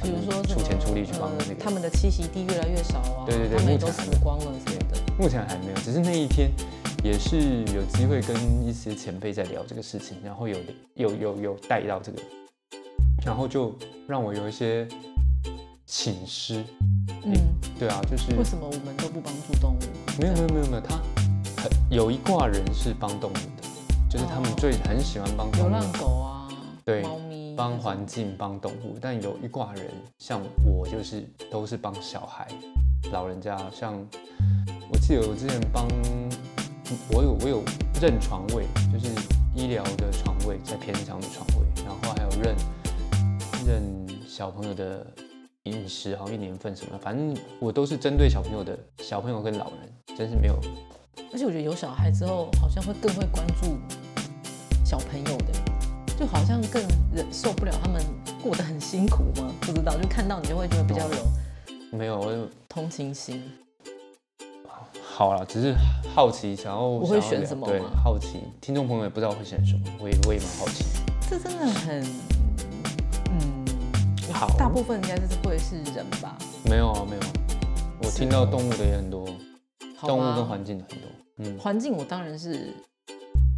比如说什
嗯出
么
钱出力去帮
呃
那个，
他们的栖息地越来越少啊，
对对对
他们
目前
也都
还
死
没
光了什么的，
目前还没有，只是那一天也是有机会跟一些前辈在聊这个事情，然后有有有有带到这个，然后就让我有一些请示。
嗯，
对啊，就是
为什么我们都不帮助动物？
没有没有没有没有，他很有一挂人是帮动物的，就是他们
哦
最很喜欢帮
流
动物
浪、狗啊，
对
猫咪，
帮环境、帮动物，但有一挂人像我就是都是帮小孩、老人家，像我记得我之前帮我有我有认床位，就是医疗的床位在偏乡的床位，然后还有认认小朋友的饮食，好像一年份什么，反正我都是针对小朋友的小朋友跟老人，真是没有
而且我觉得有小孩之后，好像会更会关注小朋友的，就好像更忍受不了他们过得很辛苦吗？不知道，就看到你就会觉得比较有
没有我
同情心。
好了，只是好奇，想要
我会
想要
选
聊
什么
对
吗，
好奇，听众朋友也不知道会选什么，我也我也蛮好奇。
这真的很，嗯，
好
大部分应该是会是人吧？
没有啊，没有，我
是
听到动物的也很多，
好吧
动物跟环境的很多。嗯，
环境，我当然是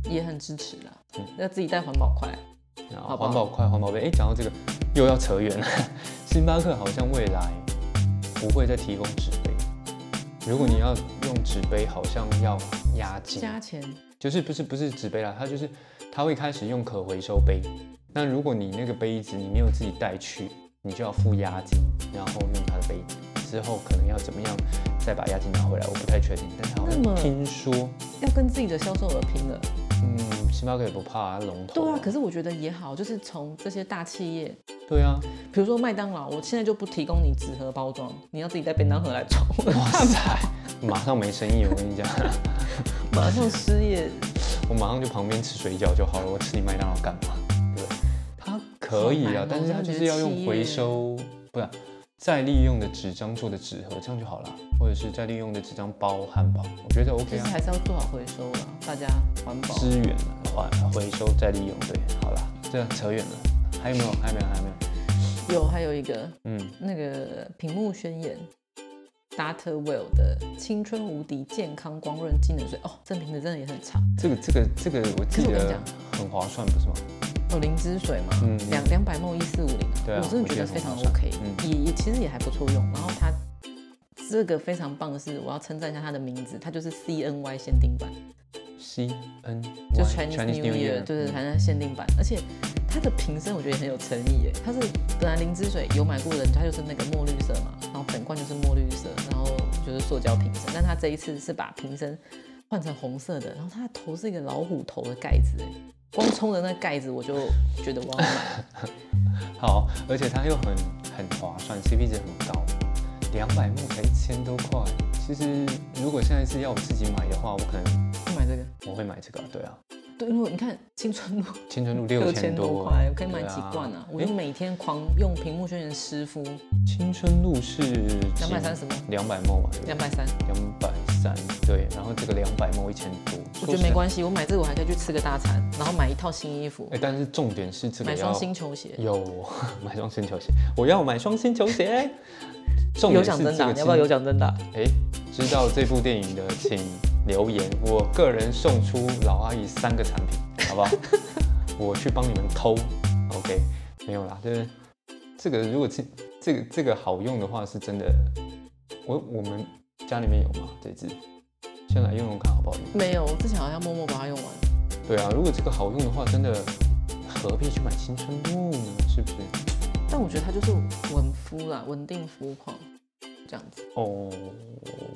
也很支持啦
嗯。
要自己带环保筷，
然后
好吧
环保快，环保杯。哎，讲到这个又要扯远了。 星巴克好像未来不会再提供纸杯，如果你要用纸杯，好像要押金。
加钱
就是不是不是纸杯啦，它就是它会开始用可回收杯。那如果你那个杯子你没有自己带去，你就要付押金，然后用它的杯子。之后可能要怎么样再把押金拿回来，我不太确定。但是好
那
像
么
听说，
要跟自己的销售额拼了。
嗯，星巴克也不怕、啊、龙头。
对啊，可
是
是我觉得也好，就是从这些大企业
对啊，
比如说麦当劳，我现在就不提供你纸盒包装，你要自己带便当盒来装，
哇 塞，马上没生意，我跟你讲，
马上失业。
我马上就旁边吃水饺就好了，我吃你麦当劳干嘛？对不对，它可以啊
好难哦，
但是它就是要用回收，不是再利用的纸张做的纸盒，这样就好了，或者是再利用的纸张包汉堡，我觉得
其
OK
实
啊。
还是要做好回收啦，大家环保。
资源啊还回收再利用，对，好啦，这扯远了，还有没有？还有没有？还有没有？
有还有一个
嗯，
那个屏幕宣言，Dr. Will 的青春无敌健康光润机能水哦，这名字真的也很长。
这个这个这个我记
可是我跟你
得
讲
很划算，不是吗？
有灵芝水嘛，
嗯
两两百梦一四五零
对啊
我真的觉得非常
我觉得很划算
OK，、
嗯
也也其实也还不错用。然后它这个非常棒的是，我要称赞一下它的名字，它就是 CNY 限定版。
C N
就
Y-
Chinese New Year，对对，
嗯
反正限定版，而且它的瓶身我觉得也很有诚意耶。它是本来灵芝水有买过的人，它就是那个墨绿色嘛，然后整罐就是墨绿色，然后就是塑胶瓶身，但它这一次是把瓶身换成红色的，然后它的头是一个老虎头的盖子，哎，光冲着那盖子我就觉得我要买，
嗯好，而且它又很很划算，CP 值很高，两百目才一千多块。其实如果现在是要我自己买的话，我可能
我买这个。
我会买这个，对啊，
对，因为你看青春路
青春路
六
六
千
千
多
多
块，我可以买几罐
对
啊！我就每天狂用屏幕宣言湿敷，
青春路是
两百三十吗？
两百目嘛，对
两
不对，
百三，
两百三，对，然后这个两百目一千多，
我觉得没关系，我买这个我还可以去吃个大餐，然后买一套新衣服
系，哎，，但是重点是这个
买双
要
新球鞋。
有 买双新球鞋，我要买双新球鞋。重
有
点是这个
奖征答，
青
你要不要有奖征答？
哎，知道这部电影的请留言，我个人送出老阿姨三个产品，好不 好？我去帮你们偷，OK？没有啦，就是这个，如果这这个这个好用的话，是真的。我我们家里面有吗？这支，先来用用看好不好用？
没有，我之前好像默默把它用完。
对啊，如果这个好用的话，真的何必去买青春露呢？是不是？
但我觉得它就是稳肤啦，稳定肤况这样子，
哦，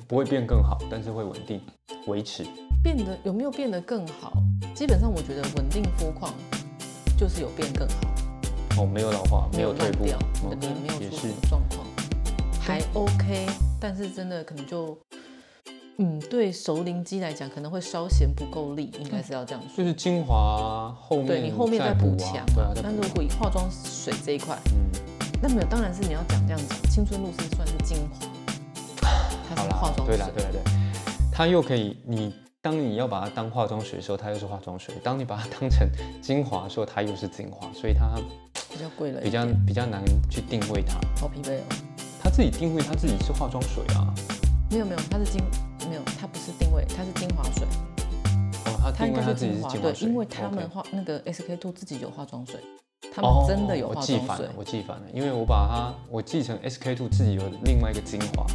不会变更好，但是会稳定维持。
变得有没有变得更好？基本上我觉得稳定肤况就是有变更好，
哦，没有老化，没有退
烂
步，
掉，你的
OK，
脸没有
也
出
是
什么状况，还 OK。但是真的可能就，嗯，对熟龄肌来讲可能会稍嫌不够力，应该是要这样说。
就是精华后面
对你后面
嗯
再
再
补
补
强
啊，对啊，再
但
补
如
啊。
果以化妆水这一块，
嗯，
那没有，当然是你要讲这样讲，青春露是算是精华，它
好
是
啦
化，妆
对
水
啦，，对啦，对，它又可以，你当你要把它当化妆水的时候，它又是化妆水；当你把它当成精华的时候，它又是精华，所以它
比较贵了一
比较
点，
比较难去定位它。
好疲惫哦。
它自己定位它自己是化妆水啊，
没有没有，它是精没有，它不是定位，它是精华水，
哦，它
它应
定位
该
它
是
自己
精
是
华
精
对
华，水，
因为他们
OK
化那个 SK two 自己有化妆水，他们
哦，
真的有
我
化
记
妆
反
水
了，，我记反了，因为我把它我记成 SK two 自己有另外一个精华，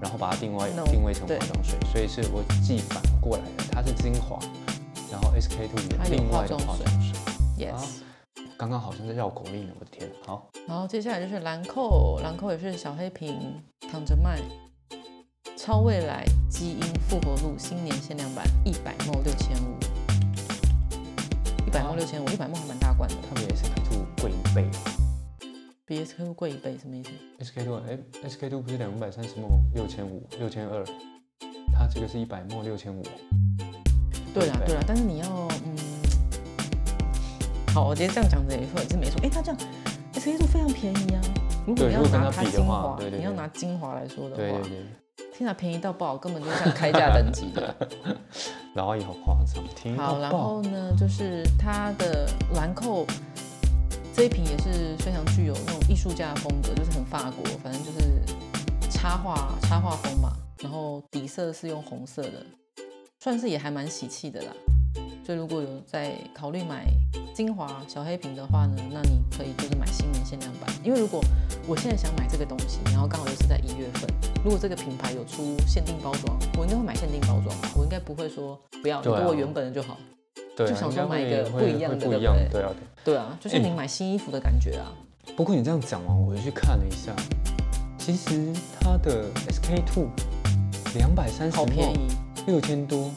然后把它定位
No，
定位成化
对
妆水，所以是我记反过来了，它是精华，然后 SK two
它
有
有
另外
化
的
妆
化
水
妆水。啊
yes。
刚刚好像在绕口令呢，我的天！啊好，
然后接下来就是兰蔻，兰蔻也是小黑瓶，躺着卖，超未来基因复活露新年限量版一百梦六千五，一百梦六千五，一百梦还蛮大罐的，
它比 SK two 贵一倍。
比
嗯
S Q 贵一倍，什么意思？
SK two 哎，SK two 不是两百三十末六千五六千二，它这个是一百末六千五。
对啦
对
对啦，但是你要嗯，好，我觉得这样讲的也会也是没错，哎，它这样 S K 度非常便宜啊，如果
对
你要
如果跟
拿
它
它
比的
精
话
华
对，对
你要
对
拿精华来说的
对对
话，
对，
天哪，便宜到爆，根本就像开价等级 的。
然后也好夸张，啊听
好，
到
然
爆。
后呢，就是它的兰蔻这一瓶也是非常具有那种艺术家的风格，就是很法国，反正就是插画插画风嘛。然后底色是用红色的，算是也还蛮喜气的啦。所以如果有在考虑买精华小黑瓶的话呢，那你可以就是买新年限量版，因为如果我现在想买这个东西，然后刚好又是在一月份，如果这个品牌有出限定包装，我应该会买限定包装吧，我应该不会说不要，你
对啊
给我原本的就好。
对啊，
就想
应该
说买一
会
个
会
不一样
会
的
不
对
一
不
样，
对
对啊。对
对啊，就是你买新衣服的感觉啊。
不过你这样讲完，我又去看了一下，其实它的 SK two 两百三十
好便
末
宜，
六千多，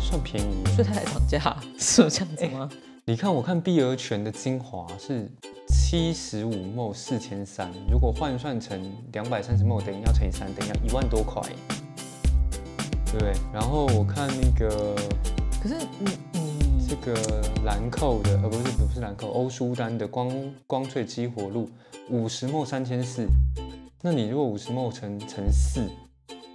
算便宜耶。
所以它才涨价，是有这样子吗？
你看，我看碧螺泉的精华是七十五 ml 四千三，如果换算成两百三十 ml，等于要乘以三，等于要一万多块耶，对不对？然后我看那个
可是你你
这个兰蔻的，呃，不是不是兰蔻，欧舒丹的光光萃激活露五十 ml 三千四，那你如果五十 ml 乘乘四，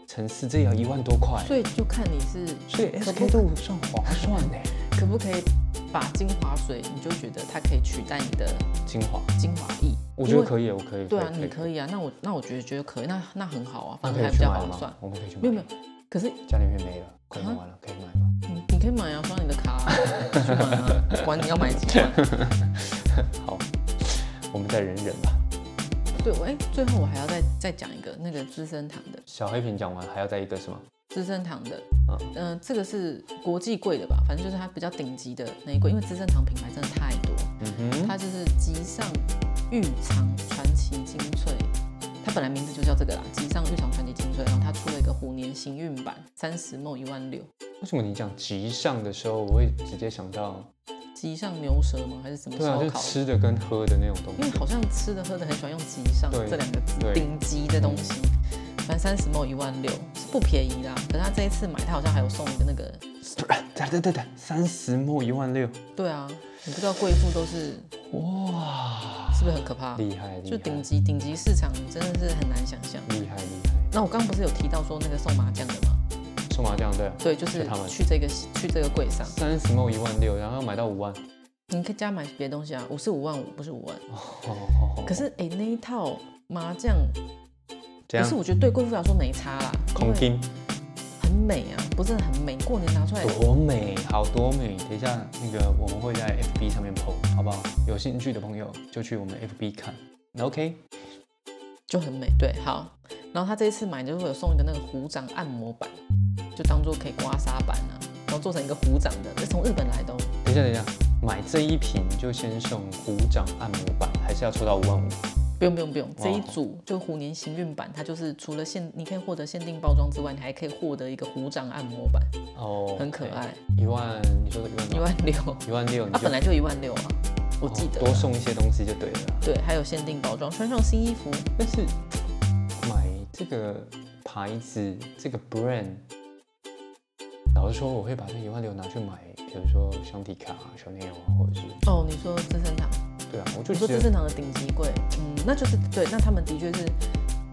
乘四这也要一万多块耶，
所以就看你是
所以哎
可
SK
不
度算划算的
可不可以把精华水，你就觉得它可以取代你的
精华，
精华液？
我觉得
以。
可以，我可以，
对啊，
可以
你可，以啊，那我那我觉得觉得可以，那那很好啊，
那
反正
可
还
以
比
去
较
买
划
吗
算。？
我们可以去买吗。
没有没有，啊可是
家里面没了，快用完了，可以买吗？
你你可以买啊，刷你的卡、 啊，去买啊，管你要买几罐。
好，我们再忍忍吧。
对，我哎、最后我还要再再讲一个那个资生堂的，
小黑瓶讲完还要再一个是吗？
资生堂的，
嗯
嗯、这个是国际柜的吧，反正就是它比较顶级的那一柜，因为资生堂品牌真的太多，
嗯哼，
它就是极上玉藏传奇精粹，它本来名字就叫这个啦，极上玉藏传奇精粹，然后它出了一个虎年行运版，三十梦一万六，
为什么你讲极上的时候，我会直接想到，
极上牛舌吗？还是什么
对啊，
烧
就
烤？
吃的跟喝的那种东
因为
西。
好像吃的喝的很喜欢用“极上”
对
这两个字
对，
顶级的东西。反正三十毛一万六是不便宜啦，可是他这一次买，他好像还有送一个那个，
哎等等等等，三十末一万六，
对啊，你不知道贵妇都是
哇，
是不是很可怕？
厉害厉
就
害，
顶级顶级市场，你真的是很难想象。
厉害厉害。
那我刚刚不是有提到说那个送麻将的吗？
送麻将对啊，
对，就是
是他们
去这个去这个柜上，
三十末一万六，然后买到五万，
你可以加买别的东西啊，五是五万五，不是五万。
哦，
可是哎、那一套麻将，
怎
可是
样？
我觉得对贵妇来说没差啦，因
空
为
厅
很美啊，不是很美，过年拿出来
多美，好多美！等一下，那个我们会在 FB 上面 PO，好不好？有兴趣的朋友就去我们 FB 看。那 OK，
就很美，对，好。然后他这一次买就是有送一个那个虎掌按摩板，就当做可以刮痧板啊，然后做成一个虎掌的，是从日本来的哦。
等一下，等一下，买这一瓶就先送鼓掌按摩板，还是要抽到五万五？
不用不用不用，这一组就虎年行运版，它就是除了限你可以获得限定包装之外，你还可以获得一个虎掌按摩板，
哦，
很可爱，
一万，你说的一万
一
多，
万
一万
六，
六，你
它
就
本来就一万六啊，我记得
哦。多送一些东西就对了啦。
对，还有限定包装，穿上新衣服，
但是买这个牌子，这个 brand，老实说，我会把这一万六拿去买，比如说香缇卡、香奈儿啊，或者是
哦，你说资生堂，
对啊，我就
你
觉
说资
得
生堂的顶级柜，嗯，那就是对，那他们的确是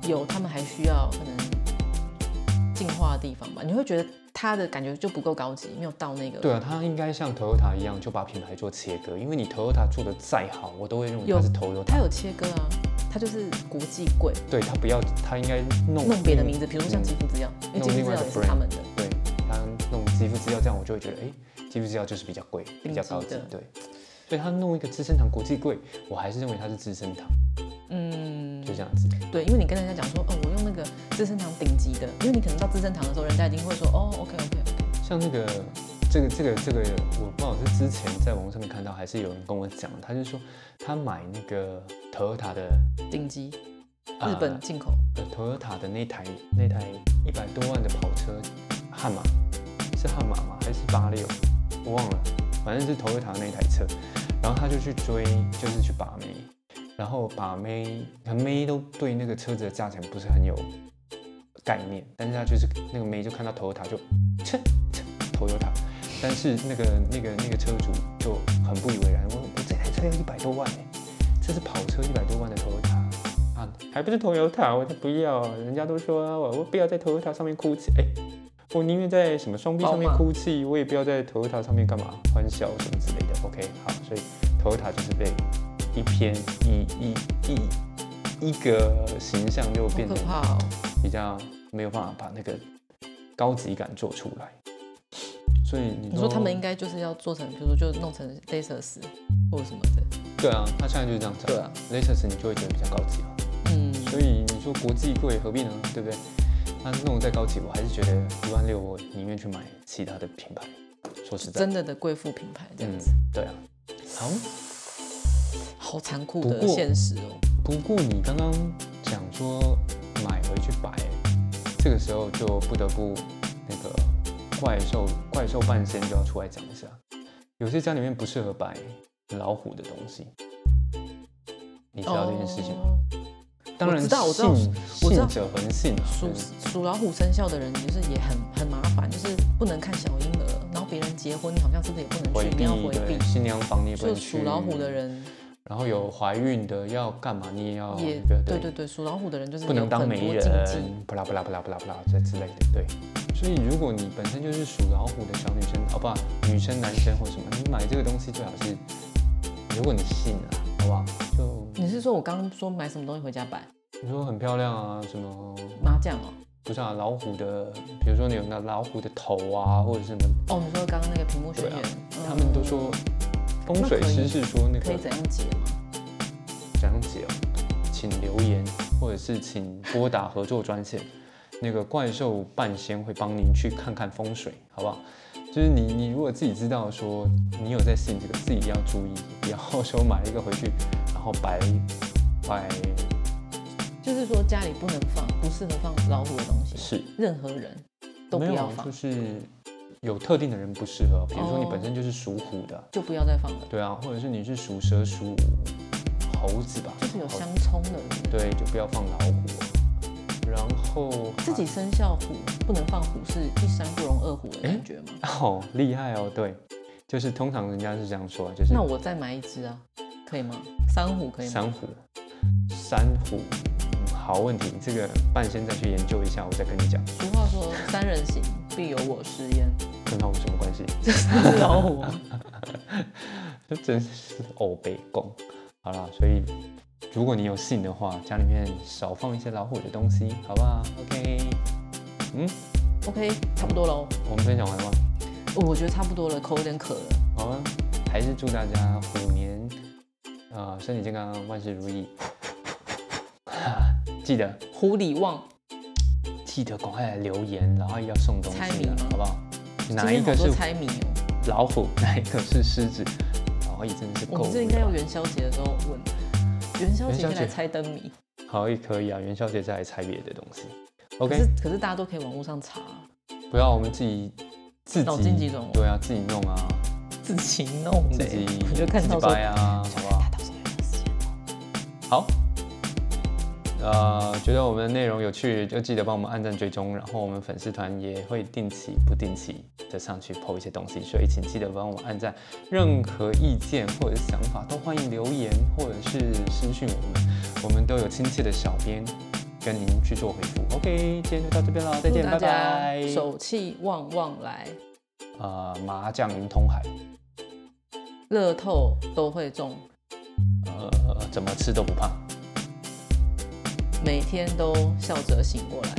有，他们还需要可能进化的地方吧？你会觉得它的感觉就不够高级，没有到那个
对啊，它应该像 Toyota 一样，就把品牌做切割。因为你 Toyota 做的再好，我都会认为
有
它是 Toyota。
它有切割啊，它就是国际柜，
对它不要，它应该弄
弄别的名字，比如像
嗯
肌肤之钥，因为
弄
肌
另
肤之
外
钥
的
也是
brand
他们的。
对，它弄肌肤之钥这样，我就会觉得，哎，肌肤之钥就是比较贵，比较
顶级
高级
的。
对，所以它弄一个资生堂国际柜，我还是认为它是资生堂，
嗯，
就这样子。
对，因为你跟人家讲说，哦，我用那个资生堂顶级的，因为你可能到资生堂的时候，人家已经会说，哦，OK OK，
像那个这个这个这个，我不知道是之前在网络上面看到，还是有人跟我讲，他就说他买那个 Toyota 的
顶级
呃
日本进口，
呃 Toyota 的那台那台一百多万的跑车，悍马是悍马吗？还是八六？我忘了，反正是 Toyota 那台车。然后他就去追，就是去把妹，然后把妹，可能妹都对那个车子的价钱不是很有概念，但是他就是那个妹就看到 Toyota 就切切 Toyota，但是那个那个那个车主就很不以为然，我我这台车要一百多万哎、这是跑车一百多万的 Toyota 啊，还不是 Toyota，我才不要啊，人家都说我我不要在 Toyota 上面哭泣，哎、我宁愿在什么双臂上面
宝马
哭泣，我也不要在 Toyota 上面干嘛欢笑什么之类的。OK，好，所以 Toyota 就是被一篇一一一一个形象就
好
变
可
得
怕哦。
比较没有办法把那个高级感做出来。所以你
你说他们应该就是要做成，比如说就弄成 Laces 或者什么的。
对啊，他现在就是这样子。
对啊
，Lexus 你就会觉得比较高级了。
嗯，
所以你说国际贵何必呢？对不对？他弄得再高级，我还是觉得一万六，我宁愿去买其他的品牌。说实在，
真的的贵妇品牌这样
嗯
子，，
对啊。好，
好残酷
不
的
过
现实哦。
不过你刚刚讲说买回去摆，这个时候就不得不那个怪兽怪兽半仙就要出来讲一下，有些家里面不适合摆老虎的东西，你知道这件事情吗？
哦
当然
我
信，
知道我知道我知道
信者恒信啊，
属
就是
属老虎生肖的人，就是也很很麻烦，就是不能看小婴儿，然后别人结婚，你好像是不是也不能
回
去，一定
避
要回避
对。新娘房你也不
所以
能去，
属老虎的，人
然后有怀孕的要干嘛，你也要
也
那个
对对对，属老虎的人就是
哦不能
有
当
很
媒
多
人
禁忌。，
不啦不啦不啦不啦不啦这之类的，对。所以如果你本身就是属老虎的小女生，哦不，女生男生或什么，你买这个东西最好是，如果你信啊，好不好？就
你是说我刚刚说买什么东西回家摆
你说很漂亮啊，什么
麻将哦？
不是啊，老虎的，比如说你有那老虎的头啊，或者什么，
哦，你说刚刚那个屏幕宣
对啊
言，嗯
他们都说风水师是说那
可
个
以怎样解吗？
讲解哦，请留言或者是请拨打合作专线，那个怪兽半仙会帮您去看看风水，好不好？就是你你如果自己知道说你有在信这个，自己要注意，不要说买了一个回去，然后摆摆
就是说家里不能放，不适合放老虎的东西，
是
任何人都不
没有
要
啊，
放
就，是有特定的人不适合，比如说你
哦
本身就是属虎的，
就不要再放了。
对啊，或者是你是属蛇、属猴子吧，
就是有
猴
相冲的人，
对，就不要放老虎。然后
自己生肖虎不能放虎，是一山不容二虎的感觉吗？
哦，厉害哦，对，就是通常人家是这样说，就是
那我再买一只啊，可以吗？三虎可以吗？
珊瑚，珊瑚、嗯好问题，这个半仙再去研究一下，我再跟你讲，
俗话说“三人行，必有我师焉
跟老虎什么关系？”，
这三只老虎。啊
这真是欧北共。好啦，所以如果你有信的话，家里面少放一些老虎的东西，好不好？OK，嗯，
OK，差不多喽，
我们分享完了吗？
哦我觉得差不多了，口有点渴了。
好啊，还是祝大家虎年啊、呃身体健康，万事如意。 记得
狐狸旺，
记得赶快来留言，然后要送东
猜
西
谜
了
吗，
好不好？
今
哪一
天好
个是
多猜谜哦。
老虎， 哪一个是狮子？老易真的是
我
够
们
无
这应该
聊
要元宵节的时候问，元宵
啊元
节
宵
可以来
节
猜灯谜。
好，也可以啊。元宵节再来猜别的东西。
可
OK，
是可是大家都可以网络上查，
不要我们自己自
脑
己
筋急转弯
对啊，自己弄啊，
自己弄
自
的
己，
我就看
自
到
己啊
说
掰啊，好不
他到时候有没有时间。
好？好，呃觉得我们的内容有趣，就记得帮我们按赞追踪，然后我们粉丝团也会定期不定期的上去 PO 一些东西，所以请记得帮我们按赞。任何意见或者是想法都欢迎留言或者是私讯我们，我们都有亲切的小编跟您去做回复。OK，今天就到这边了，再见，
祝
拜
大家
拜。
手气旺旺来，
呃，麻将赢通海，
乐透都会中，
呃，怎么吃都不胖。
每天都笑着醒过来。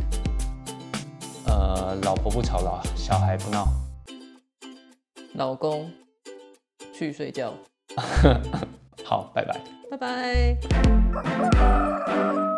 呃，老婆不吵，老小孩不闹。
老公去睡觉，
好，拜拜。
拜拜。